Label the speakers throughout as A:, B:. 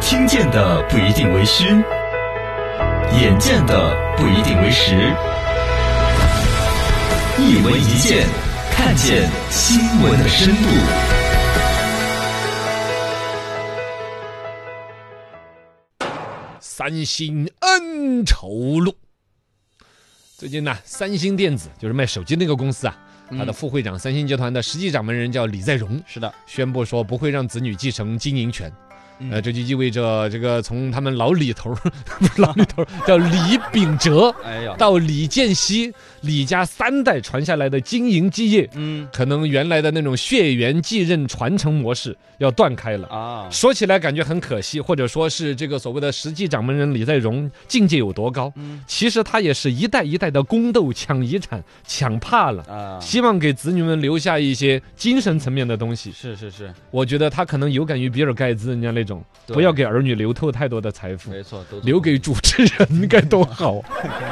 A: 听见的不一定为虚，眼见的不一定为实。一文一见，看见新闻的深度。
B: 三星恩仇录。最近呢，三星电子就是卖手机那个公司啊，它的副会长、三星集团的实际掌门人叫李在镕，
C: 是的，
B: 宣布说不会让子女继承经营权。
C: 嗯
B: 呃，这就意味着这个从他们老李头儿， 不是老李头儿，叫李秉 哲
C: 哎呀，
B: 到李健熙，李家三代传下来的经营基业，
C: 嗯
B: 可能原来的那种血缘继任传承模式要断开了。
C: 啊，
B: 说起来感觉很可惜，或者说是这个所谓的实际掌门人李在镕境界有多高？
C: 嗯
B: 其实他也是一代一代的宫斗抢遗产，抢怕了。
C: 啊，
B: 希望给子女们留下一些精神层面的东西。
C: 是是是，
B: 我觉得他可能有感于比尔盖茨人家那种，
C: 对
B: 不要给儿女留透太多的财富，
C: 没错，都
B: 留给主持人该多 好。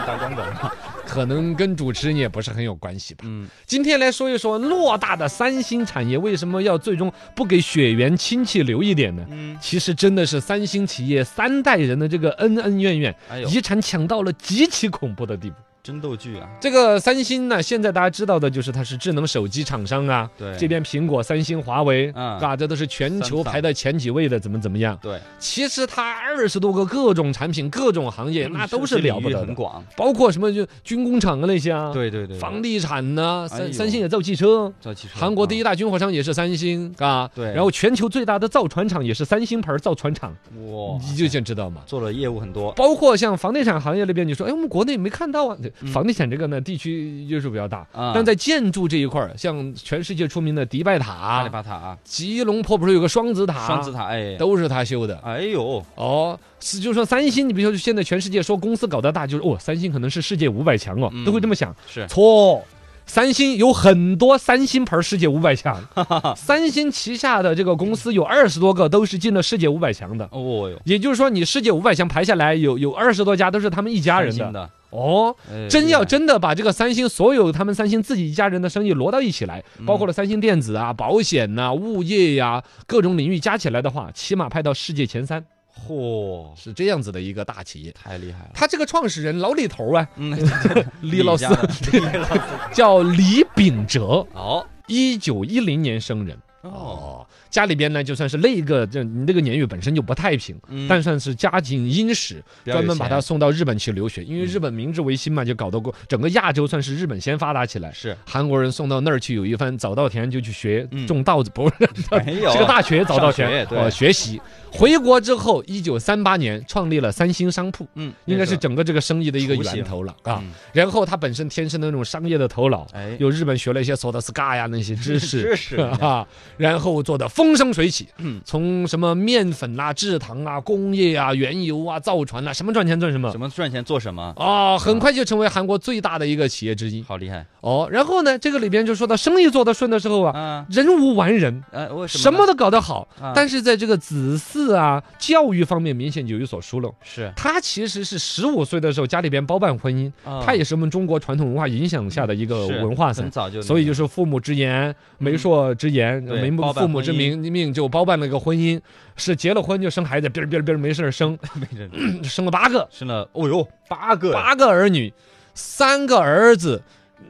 C: 大光头。
B: 可能跟主持人也不是很有关系吧。
C: 嗯，
B: 今天来说一说偌大的三星产业为什么要最终不给血缘亲戚留一点呢？
C: 嗯，
B: 其实真的是三星企业三代人的这个恩恩怨怨，
C: 哎呦，
B: 遗产抢到了极其恐怖的地步。
C: 争斗剧啊，
B: 这个三星呢，现在大家知道的就是它是智能手机厂商啊，
C: 对，
B: 这边苹果、三星、华为。
C: 啊，
B: 啊，这都是全球
C: 三大
B: 排在前几位的，怎么怎么样？
C: 对，
B: 其实它二十多个各种产品、各种行业，那都是了不
C: 涉
B: 得
C: 及嗯领域很
B: 的，
C: 广。
B: 包括什么就军工厂啊那些啊，
C: 对对对，
B: 房地产呐、
C: 哎呦
B: 三三星也造汽车，
C: 造汽车，
B: 韩国第
C: 一，
B: 一大军火商也是三星啊，
C: 嗯对
B: 然后全球最大的造船厂也是三星牌造船厂，
C: 哇，哎
B: 你就想知道嘛？
C: 做了业务很多，
B: 包括像房地产行业那边，你说，哎，我们国内没看到啊。对
C: 嗯
B: 房地产这个呢，地区优势比较大，
C: 啊
B: 但在建筑这一块儿，像全世界出名的迪拜
C: 阿
B: 塔
C: 里、巴塔、啊
B: 吉隆坡不是有个双子塔，
C: 双子塔，哎，
B: 都是他修的。
C: 哎呦，
B: 哦，是就是说三星，你比如说现在全世界说公司搞得大，就是哦，三星可能是世界五百强哦，
C: 嗯
B: 都会这么想。
C: 是
B: 错，三星有很多三星牌世界五百 强，三星旗下的这个公司有二十多个都是进了世界五百强的。
C: 哦哟，
B: 也就是说，你世界五百强排下来有有二十多家都是他们一家人
C: 三星
B: 的
C: 的，
B: 哦。
C: 哎
B: 真要
C: 厉害
B: 真的把这个三星所有他们三星自己一家人的生意摞到一起来，包括
C: 嗯
B: 了三星电子啊、保险呐、物业呀、各种领域加起来的话，起码排到世界前三，
C: 嚯，
B: 是这样子的一个大企业。
C: 太厉害了，
B: 他这个创始人老李头啊，
C: 嗯，
B: 李老师
C: 家的李老 师，
B: 叫李秉哲，
C: 哦
B: 一九一零年生人。
C: 哦，，
B: 家里边呢，就算是那个这那个年月本身就不太平，
C: 嗯
B: 但算是家境殷实，
C: 比较
B: 专
C: 有
B: 门把
C: 钱
B: 他送到日本去留学，因为
C: 嗯
B: 日本明治维新嘛，就搞得过整个亚洲算是日本先发达起来。
C: 是
B: 韩国人送到那儿去有一番，早稻田就去学
C: 嗯
B: 种稻子，不 是
C: 没有啊
B: 这个大学早稻
C: 上学
B: 田
C: 对
B: 呃学习。回国之后，一九三八年创立了三星商铺，
C: 嗯，
B: 应该是
C: 那个
B: 整个这个生意的一个
C: 雏形
B: 源头了啊。
C: 嗯
B: 然后他本身天生的那种商业的头脑，
C: 哎，
B: 有日本学了一些索德斯嘎呀那些知识
C: 知识人家
B: 啊，然后做的风生水起
C: 嗯，
B: 从什么面粉啊、制糖啊、工业啊、原油啊、造船啊，什么赚钱赚什么
C: 什。么赚钱做什么，
B: 啊，很快就成为韩国最大的一个企业之一
C: 好厉害
B: 哦。然后呢，这个里边就说到生意做得顺的时候啊，
C: 啊！
B: 人无完人，
C: 呃，为
B: 什
C: 什
B: 么
C: 么呢？
B: 都搞得好，
C: 啊
B: 但是在这个子嗣啊、教育方面明显就有所疏漏。
C: 是
B: 他其实是十五岁的时候家里边包办婚姻，他也是我们中国传统文化影响下的一个
C: 啊嗯是
B: 文化
C: 很
B: 层。
C: 早就，
B: 所以就是父母之言、媒妁之言、
C: 嗯对
B: 媒
C: 包办
B: 父母
C: 婚
B: 之
C: 姻
B: 命命就包办了一个婚姻，是结了婚就生孩子，哔儿哔儿哔儿没事儿生，
C: 没人
B: 生了八个，
C: 生了，哦呦，八个
B: 八个儿女，三个儿子。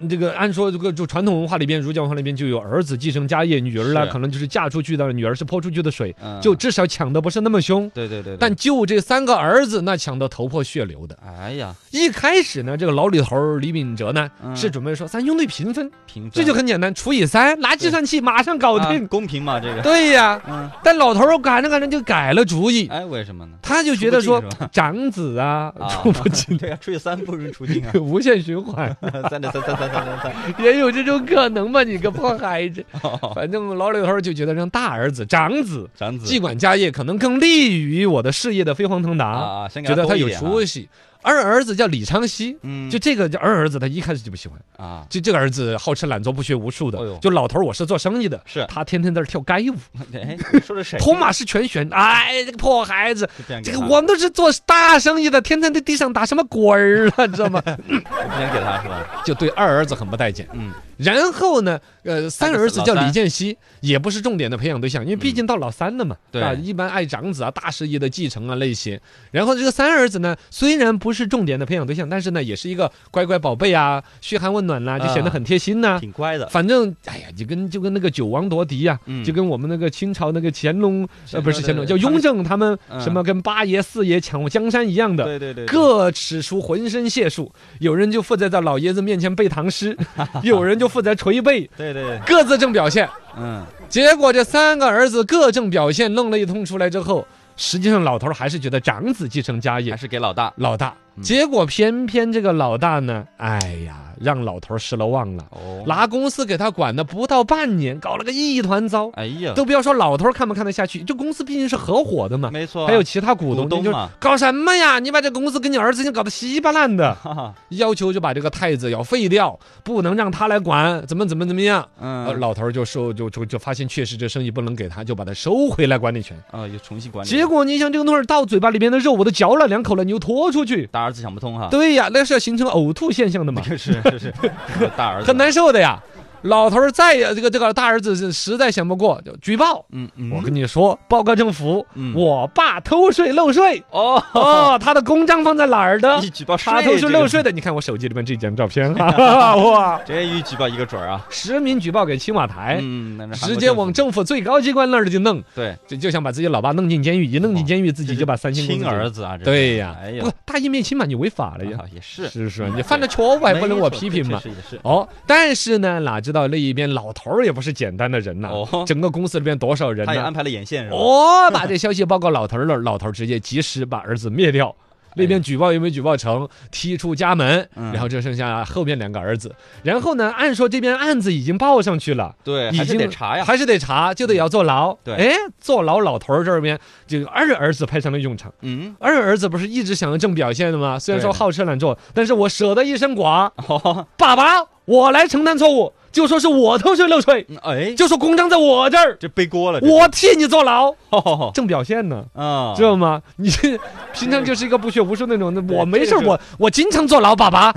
B: 这个按说这个就传统文化里边，儒家文化里边就有儿子继承家业，女儿呢啊
C: 是
B: 可能就是嫁出去的，女儿是泼出去的水，
C: 嗯
B: 就至少抢的不是那么凶。
C: 对对对，对
B: 但就这三个儿子，那抢得头破血流的。
C: 哎呀，
B: 一开始呢，这个老李头儿李秉哲呢
C: 嗯
B: 是准备说咱用对平分，
C: 平
B: 这
C: 分
B: 就很简单，除以三，拿计算器马上搞
C: 啊
B: 定。
C: 公平嘛，这个，
B: 对呀，
C: 嗯，
B: 但老头儿赶着赶着就改了主意，
C: 哎，为什么呢？
B: 他就觉得说
C: 出不进是吧
B: 长子啊
C: 啊，
B: 出不进
C: 对呀，出去三不如出境啊，
B: 无限循环。
C: 三的三三三三三三，
B: 也有这种可能吗？你个破孩子！
C: 哦
B: 反正老李头儿就觉得让大儿子、长子
C: 长子
B: 继管家业，可能更利于我的事业的飞黄腾达，
C: 啊，先给
B: 觉得
C: 多
B: 他
C: 一
B: 有
C: 点啊
B: 出息。二儿子叫李昌熙，
C: 嗯
B: 就这个二儿子，他一开始就不喜欢。
C: 啊，
B: 就这个儿子好吃懒做、不学无术的
C: 哎呦，
B: 就老头儿我是做生意的，
C: 是
B: 他天天在这儿跳街舞，
C: 哎，说的谁？
B: 托马斯全旋，哎，这个破孩子，
C: 就不想
B: 这
C: 给
B: 个
C: 他
B: 我们都是做大生意的，天天在地上打什么滚儿了，知道 吗？
C: 我不想给他 是吧？
B: 就对二儿子很不待见。
C: 嗯，
B: 然后呢，呃，三儿子
C: 老
B: 叫
C: 三嗯
B: 李建熙，也不是重点的培养对象，因为毕竟到老三了嘛，
C: 对
B: 啊，一般爱长子啊、大事业的继承啊那些。然后这个三儿子呢，虽然不是重点的培养对象，但是呢，也是一个乖乖宝贝啊，嘘寒问暖啦、
C: 啊
B: 就显得很贴心呐、
C: 挺乖的，
B: 反正，哎呀，就跟就跟那个九王夺嫡呀、啊
C: 嗯
B: 就跟我们那个清朝那个乾隆，呃，
C: 乾隆
B: 不是乾隆，
C: 对
B: 叫雍正他们
C: 嗯
B: 什么跟八爷四爷抢江山一样的，
C: 对对对，对
B: 各使出浑身解数，有人就负责在老爷子面前背唐 诗，有人就负责捶背，
C: 对对，对
B: 各自正表现。
C: 嗯，
B: 结果这三个儿子各正表现，弄了一通出来之后，实际上老头儿还是觉得长子继承家业
C: 还是给老大
B: 老大，
C: 嗯
B: 结果偏偏这个老大呢，哎呀，让老头儿失了望了，
C: 哦
B: 拿公司给他管的不到半年，搞了个一团糟，
C: 哎呀，
B: 都不要说老头儿看不看得下去，这公司毕竟是合伙的嘛，
C: 没错，
B: 还有其他股
C: 股
B: 东，你就
C: 嘛，
B: 搞什么呀？你把这公司跟你儿子已经搞得稀巴烂的，
C: 哈哈，
B: 要求就把这个太子要废掉，不能让他来管，怎么怎么怎么样。呃，
C: 嗯，
B: 老头儿就收就就就发现确实这生意不能给他，就把他收回来管理权。
C: 啊，又重新管理，
B: 结果你想这个东西儿到嘴巴里面的肉我都嚼了两口了，你又拖出去，
C: 大儿子想不通哈，
B: 对呀，那是要形成呕吐现象的嘛，
C: 是是是， 大儿子
B: 很，难受的呀。老头儿再也这个这个大儿子是实在想不过，就举报。
C: 嗯嗯，
B: 我跟你说，报告政府，
C: 嗯
B: 我爸偷税漏 税。
C: 哦，
B: 哦，他的公章放在哪儿的？
C: 一 举报
B: 他
C: 杀
B: 偷税漏税的，你看我手机里面这几张照片，哈 哈哇，
C: 这一举报一个准儿啊！
B: 实名举报给青瓦台，
C: 嗯，那是韩国
B: 哎直接
C: 政府
B: 往政府最高机关那儿就弄，
C: 对
B: 就就想把自己老爸弄进监狱，一弄进监狱自己就把三星公司
C: 亲
B: 给
C: 儿子啊，这是
B: 对呀
C: 哎，
B: 不
C: 呀，
B: 大义灭亲嘛，你违法了呀，
C: 啊哎也是，
B: 是不是？你犯了错误还不能我批评嘛
C: 嘛？？这是也是，
B: 哦，但是呢，哪知道那一边老头儿也不是简单的人呐
C: 哦，
B: 整个公司里边多少人
C: 他也
B: 呐
C: 安？排了眼线是吧？
B: 哦，把这消息报告老头儿了，老头儿直接及时把儿子灭掉。那边举报也没举报成，踢出家门，
C: 哎嗯
B: 然后就剩下后面两个儿子。然后呢，按说这边案子已经报上去了，
C: 对，
B: 已
C: 还是
B: 经
C: 得查呀。
B: 还是得查，就得要坐牢。
C: 对
B: 哎，坐牢老头儿这边这个二儿子派上了用场。
C: 嗯，
B: 二儿子不是一直想要正表现的吗？虽然说
C: 对
B: 好吃懒做，但是我舍得一身剐。
C: 哦，
B: 爸爸，我来承担错误，就说是我偷税漏税，
C: 嗯哎，
B: 就说公章在我这儿，
C: 这背锅了，这
B: 我替你坐牢，
C: 哦
B: 正表现呢。
C: 啊，
B: 知道吗？你这平常就是一个不学无术那种的，
C: 对
B: 我没事儿，
C: 这个
B: 我我经常坐牢，爸爸，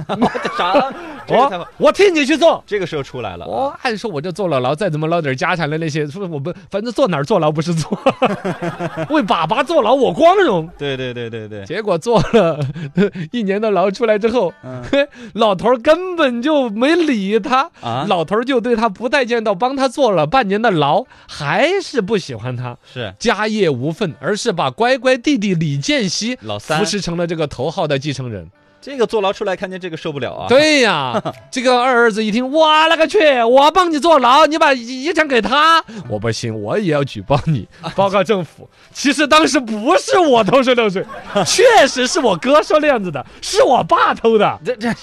C: 啥？ 这个才啊
B: 我我替你去做。
C: 这个时候出来了，
B: 我按说我这坐了牢，再怎么捞点家产的那些，说我不，反正坐哪儿坐牢不是坐， 为爸爸坐牢我光荣。
C: 对对对对 对，
B: 结果坐了一年的牢出来之后，
C: 嗯
B: 老头儿根本就没理他，
C: 啊，
B: 老头儿就对他不待见到，帮他坐了半年的牢，还是不喜欢他，
C: 是
B: 家业无份，而是把乖乖弟弟李建熙
C: 老三
B: 扶，持成了这个头号的继承人。
C: 这个坐牢出来看见这个受不了啊，
B: 对 呀，这个二儿子一听，我勒个去，我帮你坐牢，你把遗产给他，我不行，我也要举报 你，报告政府。其实当时不是我偷税漏税， 确实是我哥说那样子的，是我爸偷 的
C: 这这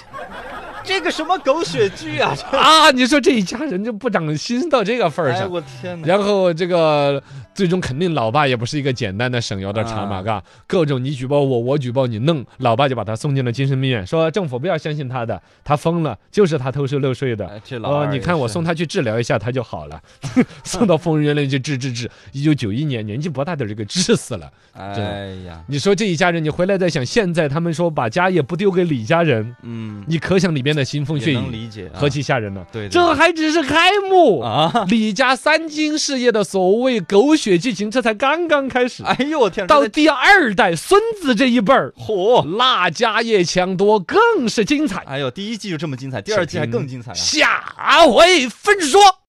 C: 这个什么狗血剧啊！
B: 啊！你说这一家人就不长心到这个份儿
C: 哎，
B: 上。
C: 我天哪！
B: 然后这个最终肯定老爸也不是一个简单的省油的茶马
C: 啊
B: 嘎，各种你举报我，我举报你，弄老爸就把他送进了精神病院，说政府不要相信他的，他疯了，就是他偷税漏税的。
C: 哎，这老
B: 哦，
C: 二
B: 你
C: 也
B: 看我
C: 是
B: 送他去治疗一下，他就好了， 送到疯人院里去治治治。一九九一年，年纪不大的这个治死了。
C: 哎呀，
B: 你说这一家人，你回来再想，现在他们说把家业不丢给李家人，
C: 嗯，
B: 你可想里边的腥风血
C: 也能
B: 雨，
C: 理解啊，
B: 何其吓人呢、
C: 对，对
B: 这还只是开幕，
C: 啊！
B: 李家三金事业的所谓狗血剧情，这才刚刚开始。
C: 哎呦，我天，
B: 到
C: 这
B: 第二代孙子这一辈儿，
C: 火！
B: 那家业强多，更是精彩。
C: 哎哎呦，第一季就这么精彩，第二季还更精彩啊！
B: 下回分说。